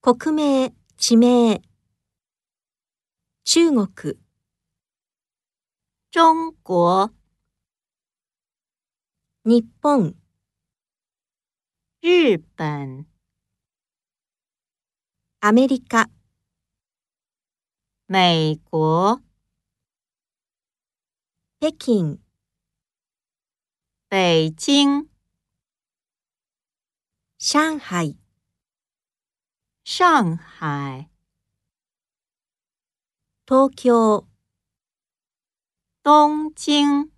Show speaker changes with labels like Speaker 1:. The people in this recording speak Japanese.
Speaker 1: 国名、地名。中国、
Speaker 2: 中国、
Speaker 1: 日本、
Speaker 2: 日本、
Speaker 1: アメリカ、
Speaker 2: 美国、
Speaker 1: 北京、
Speaker 2: 北京、
Speaker 1: 上海、
Speaker 2: 上海、
Speaker 1: 東京。
Speaker 2: 东京。